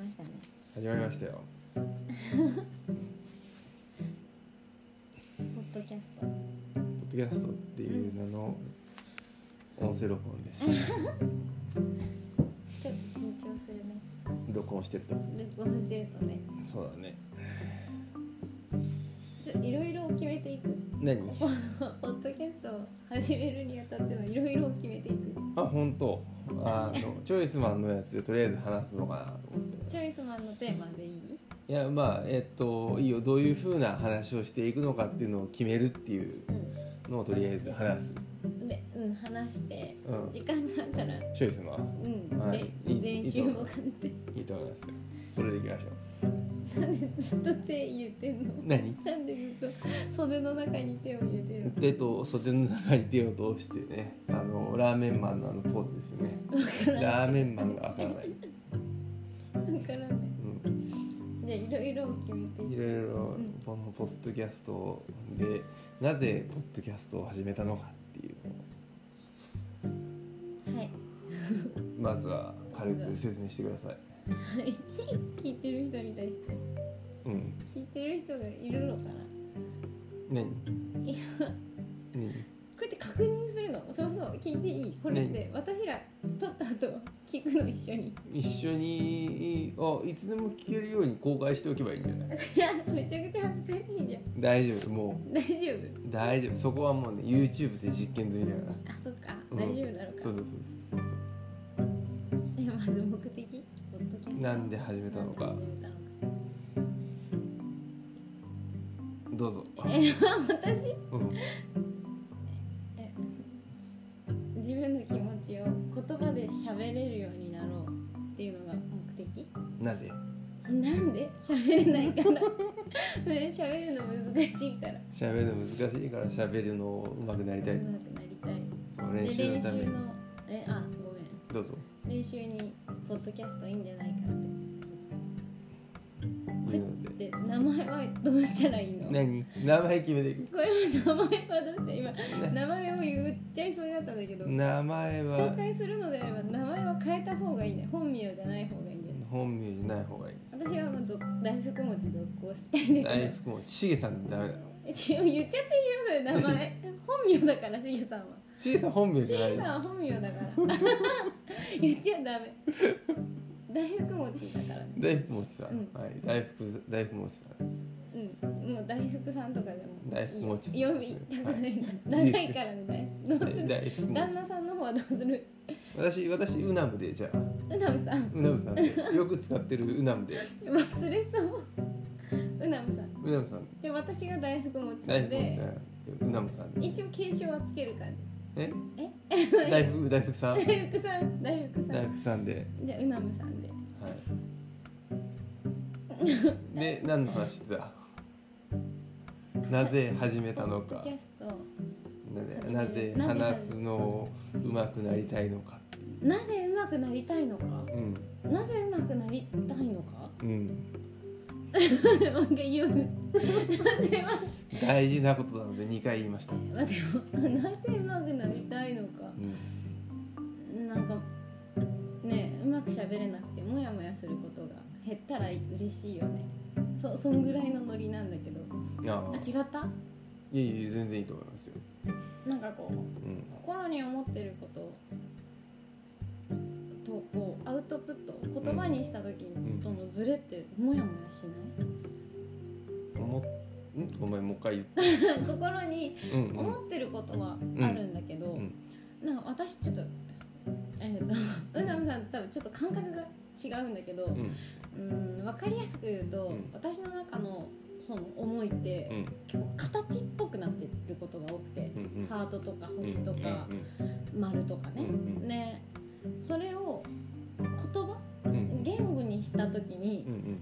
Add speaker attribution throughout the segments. Speaker 1: 始まりましたよ
Speaker 2: ポッドキャスト
Speaker 1: ポッドキャストっていう名の音声録音です
Speaker 2: ちょっと緊張するね
Speaker 1: 録音してると
Speaker 2: 録音してるとね
Speaker 1: そうだね
Speaker 2: ちょいろいろ決めていく
Speaker 1: 何
Speaker 2: ポッドキャストを始めるにあたってのいろいろ決めていく
Speaker 1: あ本当あ のチョイスマンのやつでとりあえず話すのかなと思って
Speaker 2: チョイスマンのテーマでいい
Speaker 1: いやまあえっといいよどういうふうな話をしていくのかっていうのを決めるっていう
Speaker 2: う
Speaker 1: のをとりあえず話す、
Speaker 2: んでうん話して
Speaker 1: うん、
Speaker 2: 時間があったら
Speaker 1: チョイスマン
Speaker 2: うん、
Speaker 1: はい
Speaker 2: で
Speaker 1: いい
Speaker 2: 練習も兼ねて
Speaker 1: いいと思いますよそれでいきましょう
Speaker 2: なんでずっと手入れてんの
Speaker 1: 何
Speaker 2: なんでずっと袖の中に手を入れてるの
Speaker 1: 手と袖の中に手を通してねあのラーメンマンのあのポーズですよねラーメンマンがわからない、
Speaker 2: わからない
Speaker 1: うん、
Speaker 2: じゃあいろいろ決めてい
Speaker 1: い
Speaker 2: く
Speaker 1: ろいろこのポッドキャストでなぜポッドキャストを始めたのかっていうのを
Speaker 2: はい
Speaker 1: まずは軽く説明してください
Speaker 2: はい聞いてる人に対して
Speaker 1: うん
Speaker 2: 聞いてる人がいるのかなこ
Speaker 1: 何
Speaker 2: いう
Speaker 1: 何
Speaker 2: やって確認するのそうそう聞いていいこれって私ら撮った後聞くの一緒に
Speaker 1: 一緒にあいつでも聞けるように公開しておけばいいんじゃない
Speaker 2: いやめちゃくちゃ恥ずかしいじゃん
Speaker 1: 大丈夫も
Speaker 2: 大丈
Speaker 1: う大丈夫そこはもうね YouTube で実験済みだから
Speaker 2: 夫あそっか
Speaker 1: うん
Speaker 2: 大丈夫だろうか、
Speaker 1: そうそうそうそうそう
Speaker 2: えまず目的ポッドキャスト
Speaker 1: なんで始めたのか
Speaker 2: なんで始めたのか
Speaker 1: どうぞ、
Speaker 2: え 私
Speaker 1: うん、
Speaker 2: え自分の気持ちを言葉で喋れるようになろうっていうのが目的
Speaker 1: なんで
Speaker 2: なんで喋れないから ね喋るの難しいから
Speaker 1: 喋るの難しいから喋るの上手くなりた
Speaker 2: 上
Speaker 1: い
Speaker 2: 手くなりたい
Speaker 1: その
Speaker 2: で
Speaker 1: 練習のために
Speaker 2: えあごめん
Speaker 1: どうぞ
Speaker 2: 練習にポッドキャストいいんじゃないかっ
Speaker 1: 言うので
Speaker 2: てで名前はどうしたらいいの、
Speaker 1: 何名前決めていく
Speaker 2: これは名前はどうして今
Speaker 1: な
Speaker 2: 名前を言っちゃいそうになったんだけど公
Speaker 1: 名前は
Speaker 2: 開するのであれば名前は変えた方がいいね本名じゃない方がいいんだよね
Speaker 1: 本名じゃない方がいい
Speaker 2: 私はもうぞ大福文字続行したいんだけ
Speaker 1: 大
Speaker 2: ど
Speaker 1: 福もしげさんダメだろ
Speaker 2: え違う言っちゃってるよそれ名 前本名だからしげさんは
Speaker 1: しげさん本名
Speaker 2: シ
Speaker 1: じゃない
Speaker 2: ー
Speaker 1: よ
Speaker 2: さんは本名 だから言っちゃダメ大福餅だからね
Speaker 1: 大福もちさん、
Speaker 2: うん
Speaker 1: はい大福大福もちさ ん
Speaker 2: うんもう大福さんとかでも
Speaker 1: 大福餅
Speaker 2: いいよ読みたくないな、
Speaker 1: はい
Speaker 2: 長いからねどうす
Speaker 1: 大
Speaker 2: る
Speaker 1: 大福も
Speaker 2: 旦那さんの方はどうする
Speaker 1: 私私ウナムでじゃあ
Speaker 2: うなむさん
Speaker 1: ウナムさん でよく使ってるウナムで
Speaker 2: 忘れそううなむさん
Speaker 1: ウナムさん
Speaker 2: じゃあ私が大福餅
Speaker 1: 大福もち
Speaker 2: で
Speaker 1: さんウナムさんで
Speaker 2: 一応継承はつける感
Speaker 1: え
Speaker 2: え
Speaker 1: 大福大福さん
Speaker 2: じ大福さん大福さ
Speaker 1: 大
Speaker 2: ん
Speaker 1: 福さんで
Speaker 2: じゃあうなむさんで
Speaker 1: はい。で、何の話してた。なぜ始めたの
Speaker 2: ポッド
Speaker 1: か
Speaker 2: キ、ャスト
Speaker 1: なぜなぜ話すのを上手くなりたいのかってい
Speaker 2: なぜ上手くなりたいのか
Speaker 1: う。うん、
Speaker 2: なぜ上手くなりたいのか
Speaker 1: うん、
Speaker 2: なんか言うなんで
Speaker 1: 大事なことなので二回言いました。
Speaker 2: ま待ってよなぜ上手くなりたいのか
Speaker 1: うん、
Speaker 2: なんかねうまく喋れなくてモヤモヤすることが減ったら嬉しいよねそそんぐらいのノリなんだけどあ
Speaker 1: ああ、
Speaker 2: 違った
Speaker 1: いやいや全然いいと思いますよ。
Speaker 2: なんかこう
Speaker 1: うん、
Speaker 2: 心に思ってることとこうアウトプット言葉にした時とのズレってモヤモヤしな
Speaker 1: 思っ、ん、ごめんもう一回言って。
Speaker 2: い 心に
Speaker 1: うん、
Speaker 2: 思ってることはあるんだけど、
Speaker 1: うん
Speaker 2: なんか私ちょっとえっ、とうなむさんと多分ちょっと感覚が違うんだけど、
Speaker 1: うん、うん、
Speaker 2: うん、分かりやすく言うと、
Speaker 1: うん
Speaker 2: 私の中のその思いって、
Speaker 1: うん、
Speaker 2: 結構形っぽくなってることが多くて、
Speaker 1: うん、うん、
Speaker 2: ハートとか星とか、丸とか
Speaker 1: うん、
Speaker 2: ね、ねそれを言葉
Speaker 1: うん、うん、
Speaker 2: 言語にした時に
Speaker 1: うん、う、ん、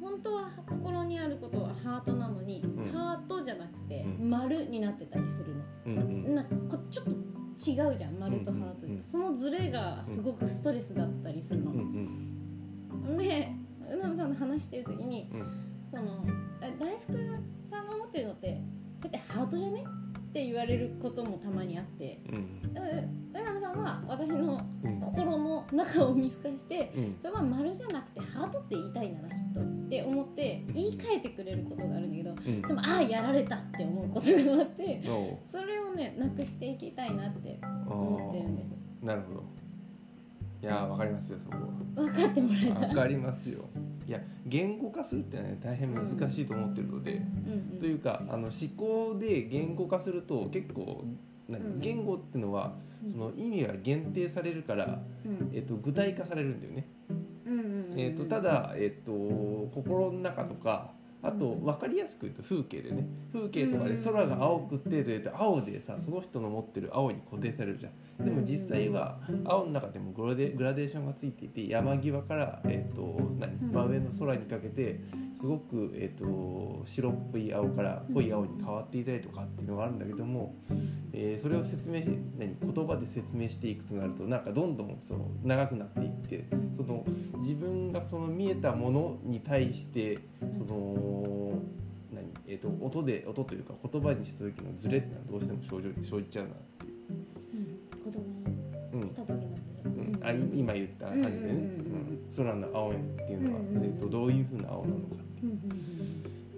Speaker 2: 本当は心にあることはハートなのに、
Speaker 1: うん
Speaker 2: ハートじゃなくて、
Speaker 1: うん
Speaker 2: 丸になってたりするの。
Speaker 1: うん、うん、
Speaker 2: なんかこうちょっと違うじゃん丸とハートで、
Speaker 1: うんうんうん
Speaker 2: そのズレがすごくストレスだったりするの、
Speaker 1: うん、
Speaker 2: でうなむさんと話してる時に
Speaker 1: うん、
Speaker 2: そのえ大福さんが持ってるのってだってハートじゃねって言われることもたまにあって
Speaker 1: うん
Speaker 2: う浦野さんは私の
Speaker 1: うん
Speaker 2: 心の中を見透かして
Speaker 1: うん
Speaker 2: それは丸じゃなくてハートって言いたいならきっとって思って言い換えてくれることがあるんだけど
Speaker 1: うん
Speaker 2: でもああやられたって思うことがあって
Speaker 1: おう
Speaker 2: それをねなくしていきたいなって
Speaker 1: あ
Speaker 2: 思ってるんです
Speaker 1: ーなるほどいやーわかりますよそこは
Speaker 2: 分かってもらえた
Speaker 1: わかりますよいや言語化するってね大変難しいと思ってるので、
Speaker 2: うんうん
Speaker 1: というかあの思考で言語化すると結構なんか
Speaker 2: うん
Speaker 1: 言語ってのは
Speaker 2: うん
Speaker 1: その意味は限定されるから、
Speaker 2: うん
Speaker 1: えっと、具体化されるんだよね、
Speaker 2: うんうんうん
Speaker 1: えっと、ただ、えっと、心の中とかあと
Speaker 2: うん
Speaker 1: 分かりやすく言うと風景でね風景とかで
Speaker 2: うん
Speaker 1: 空が青くてと言うと青でさその人の持ってる青に固定されるじゃんでも実際は青の中でもグラデグラデーションがついていて山際から、えー、と何
Speaker 2: ん
Speaker 1: 真上の空にかけてすごく、えー、と白っぽい青から濃い青に変わっていたりとかっていうのがあるんだけども、えーそれを説明し何言葉で説明していくとなるとなんかどんどんその長くなっていってその自分がその見えたものに対してその何、えー、と音で音というか言葉にした時のズレってのはどうしても生じ生じちゃうなっていう。
Speaker 2: うん子供
Speaker 1: うん
Speaker 2: にした時のそれ
Speaker 1: うんあい今言った感じでね、
Speaker 2: うんうんうん
Speaker 1: うん空の青いっていうのは、
Speaker 2: うんうんうん
Speaker 1: えっとどういうふうな青なのかって
Speaker 2: うんうん
Speaker 1: っ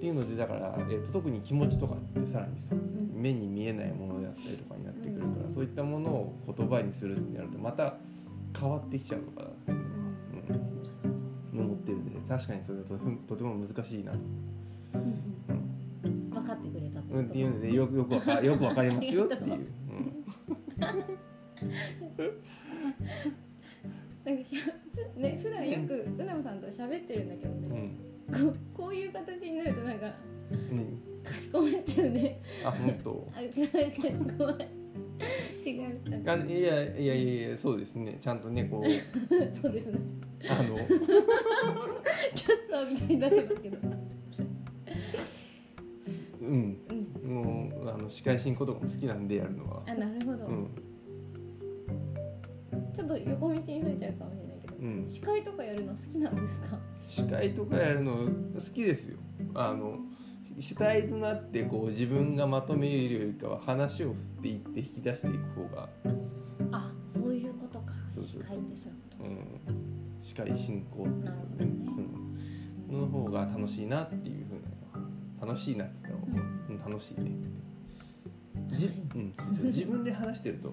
Speaker 1: ていうのでだから、えっと特に気持ちとかってさらにさ
Speaker 2: うんうん
Speaker 1: 目に見えないものであったりとかになってくるから、
Speaker 2: うん
Speaker 1: そういったものを言葉にするってなるとまた変わってきちゃうのかなっていうのは、うん、思ってるんで確かにそれはとてもとても難しいなと、
Speaker 2: うんうん分かってくれたと
Speaker 1: うん、っていう
Speaker 2: こ
Speaker 1: のでよくよくわかよくわかりますよっていう。
Speaker 2: あり
Speaker 1: うん
Speaker 2: となんかしゃね普段よくうなむさんと喋ってるんだけど
Speaker 1: う
Speaker 2: ね、
Speaker 1: ん
Speaker 2: こうこういう形になるとなんか
Speaker 1: ね、
Speaker 2: かしこまっちゃう ね
Speaker 1: あ本当
Speaker 2: あ怖い違う
Speaker 1: あいやいやいやいやそうですねちゃんとねこう
Speaker 2: そうですね
Speaker 1: あの
Speaker 2: キャスターみたいになってますけど
Speaker 1: うん
Speaker 2: うん
Speaker 1: もうあの司会進行とかも好きなんでやるのは
Speaker 2: あなるほど、
Speaker 1: うん
Speaker 2: ちょっと横道に増えちゃうかもしれないけど、
Speaker 1: うん
Speaker 2: 司会とかやるの好きなんですか
Speaker 1: 司会とかやるの好きですよあの主体となってこう自分がまとめるよりかは話を振っていって引き出していく方が、
Speaker 2: あそういうことか
Speaker 1: そうそうそう
Speaker 2: 司会ってそういうこ
Speaker 1: うん、司会進行っていうので、
Speaker 2: なるほどね
Speaker 1: うん、の方が楽しいなっていうふうな楽しいなって言ったら、うん、楽しいね
Speaker 2: 楽し
Speaker 1: じ
Speaker 2: い、
Speaker 1: うん、そうそう自分で話してると
Speaker 2: う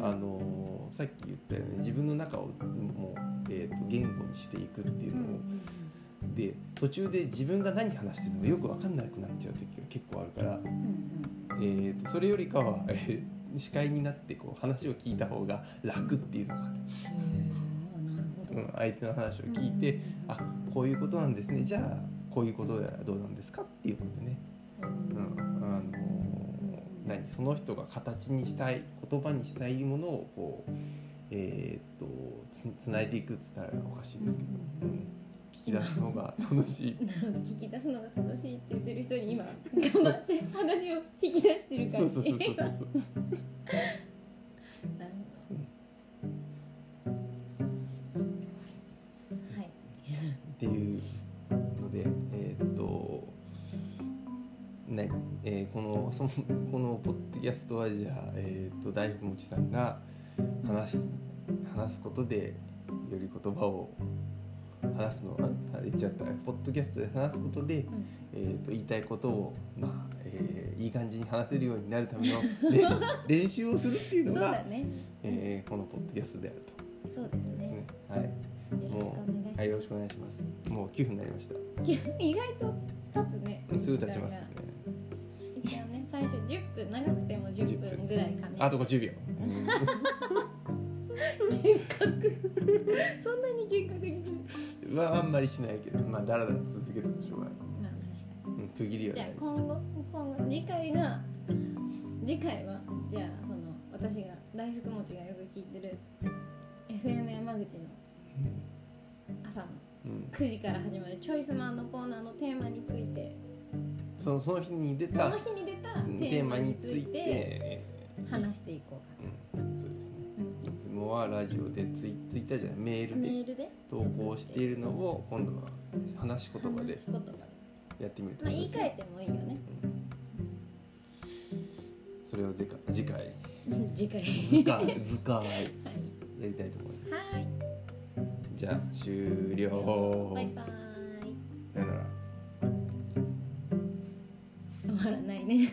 Speaker 2: ん
Speaker 1: あのーさっき言ったように自分の中をもう、えー、と言語にしていくっていううんのを、で途中で自分が何話してるのかよく分かんなくなっちゃう時が結構あるから、
Speaker 2: うんうん
Speaker 1: えー、とそれよりかは、えー司会になってこう話を聞いた方が楽っていうのがある、
Speaker 2: うんなるほど、
Speaker 1: うん、相手の話を聞いて、あこういうことなんですねじゃあこういうことではどうなんですかっていうことでね、
Speaker 2: う
Speaker 1: うん
Speaker 2: ん
Speaker 1: あのー何その人が形にしたい言葉にしたいものをこうえー、とつつないでいくっつったらおかしいですけど、うん、聞き出すのが楽しい。
Speaker 2: なるほど 聞き出すのが楽しいって言ってる人に今頑張って話を引き出してる
Speaker 1: そ
Speaker 2: 感
Speaker 1: う
Speaker 2: じ
Speaker 1: そうそうそうそうそう
Speaker 2: なるほどはい
Speaker 1: っていうのでえーっと何、えーこのそのこのポッドキャストはじゃあ、えーっと大福もちさんが話す話すことでより言葉を話すのああ言っちゃったポッドキャストで話すことで、
Speaker 2: うん
Speaker 1: えーっと言いたいことをまあ、えーいい感じに話せるようになるため の練習練習をするっていう
Speaker 2: そう
Speaker 1: の
Speaker 2: だ
Speaker 1: が、
Speaker 2: ね
Speaker 1: えーこのポッドキャストであると
Speaker 2: そうです
Speaker 1: いうことです
Speaker 2: ね
Speaker 1: ね。はい
Speaker 2: よろしくお願いします、
Speaker 1: はい、よろしくお願いします。もう9分になりました。
Speaker 2: 意外と経つね
Speaker 1: すぐ経ちますね。
Speaker 2: 一応ね最初10分長くても10分ぐらいかね
Speaker 1: あと50秒。
Speaker 2: 幻覚 そんなに幻覚にする
Speaker 1: うんまあ、あんまりしないけど、まあ、だらだら続けてもしょうがない。
Speaker 2: まあ確か
Speaker 1: うん、区切り
Speaker 2: に
Speaker 1: は
Speaker 2: じゃ
Speaker 1: 大
Speaker 2: あ
Speaker 1: 事。
Speaker 2: 今後今後次回が次回はじゃあその私が大福餅がよく聞いてる FM 山口の朝の
Speaker 1: うんうん
Speaker 2: 9時から始まるチョイスマンのコーナーのテーマについて
Speaker 1: その、その日に出
Speaker 2: そ
Speaker 1: た
Speaker 2: の日に出た
Speaker 1: うん
Speaker 2: テ
Speaker 1: テ
Speaker 2: ー
Speaker 1: ー
Speaker 2: マ
Speaker 1: マ
Speaker 2: に
Speaker 1: に
Speaker 2: つ
Speaker 1: つ
Speaker 2: い
Speaker 1: い
Speaker 2: て
Speaker 1: て。
Speaker 2: 話していこ
Speaker 1: うん、そうですね。
Speaker 2: うかない
Speaker 1: つもはラジオでツイ、ツイッターじゃない、メール
Speaker 2: メ
Speaker 1: で
Speaker 2: ールで
Speaker 1: 投稿しているのを、今度は話し言葉で
Speaker 2: 話し言葉で
Speaker 1: やってみると
Speaker 2: まあ
Speaker 1: 思い
Speaker 2: 言い
Speaker 1: ます
Speaker 2: 換えてもいいよね
Speaker 1: うんそれを次回次回
Speaker 2: 次回
Speaker 1: 図鑑図鑑やりたいと思いま
Speaker 2: はい
Speaker 1: すじゃあ終了
Speaker 2: バイバイ
Speaker 1: さよなら
Speaker 2: 終わらないね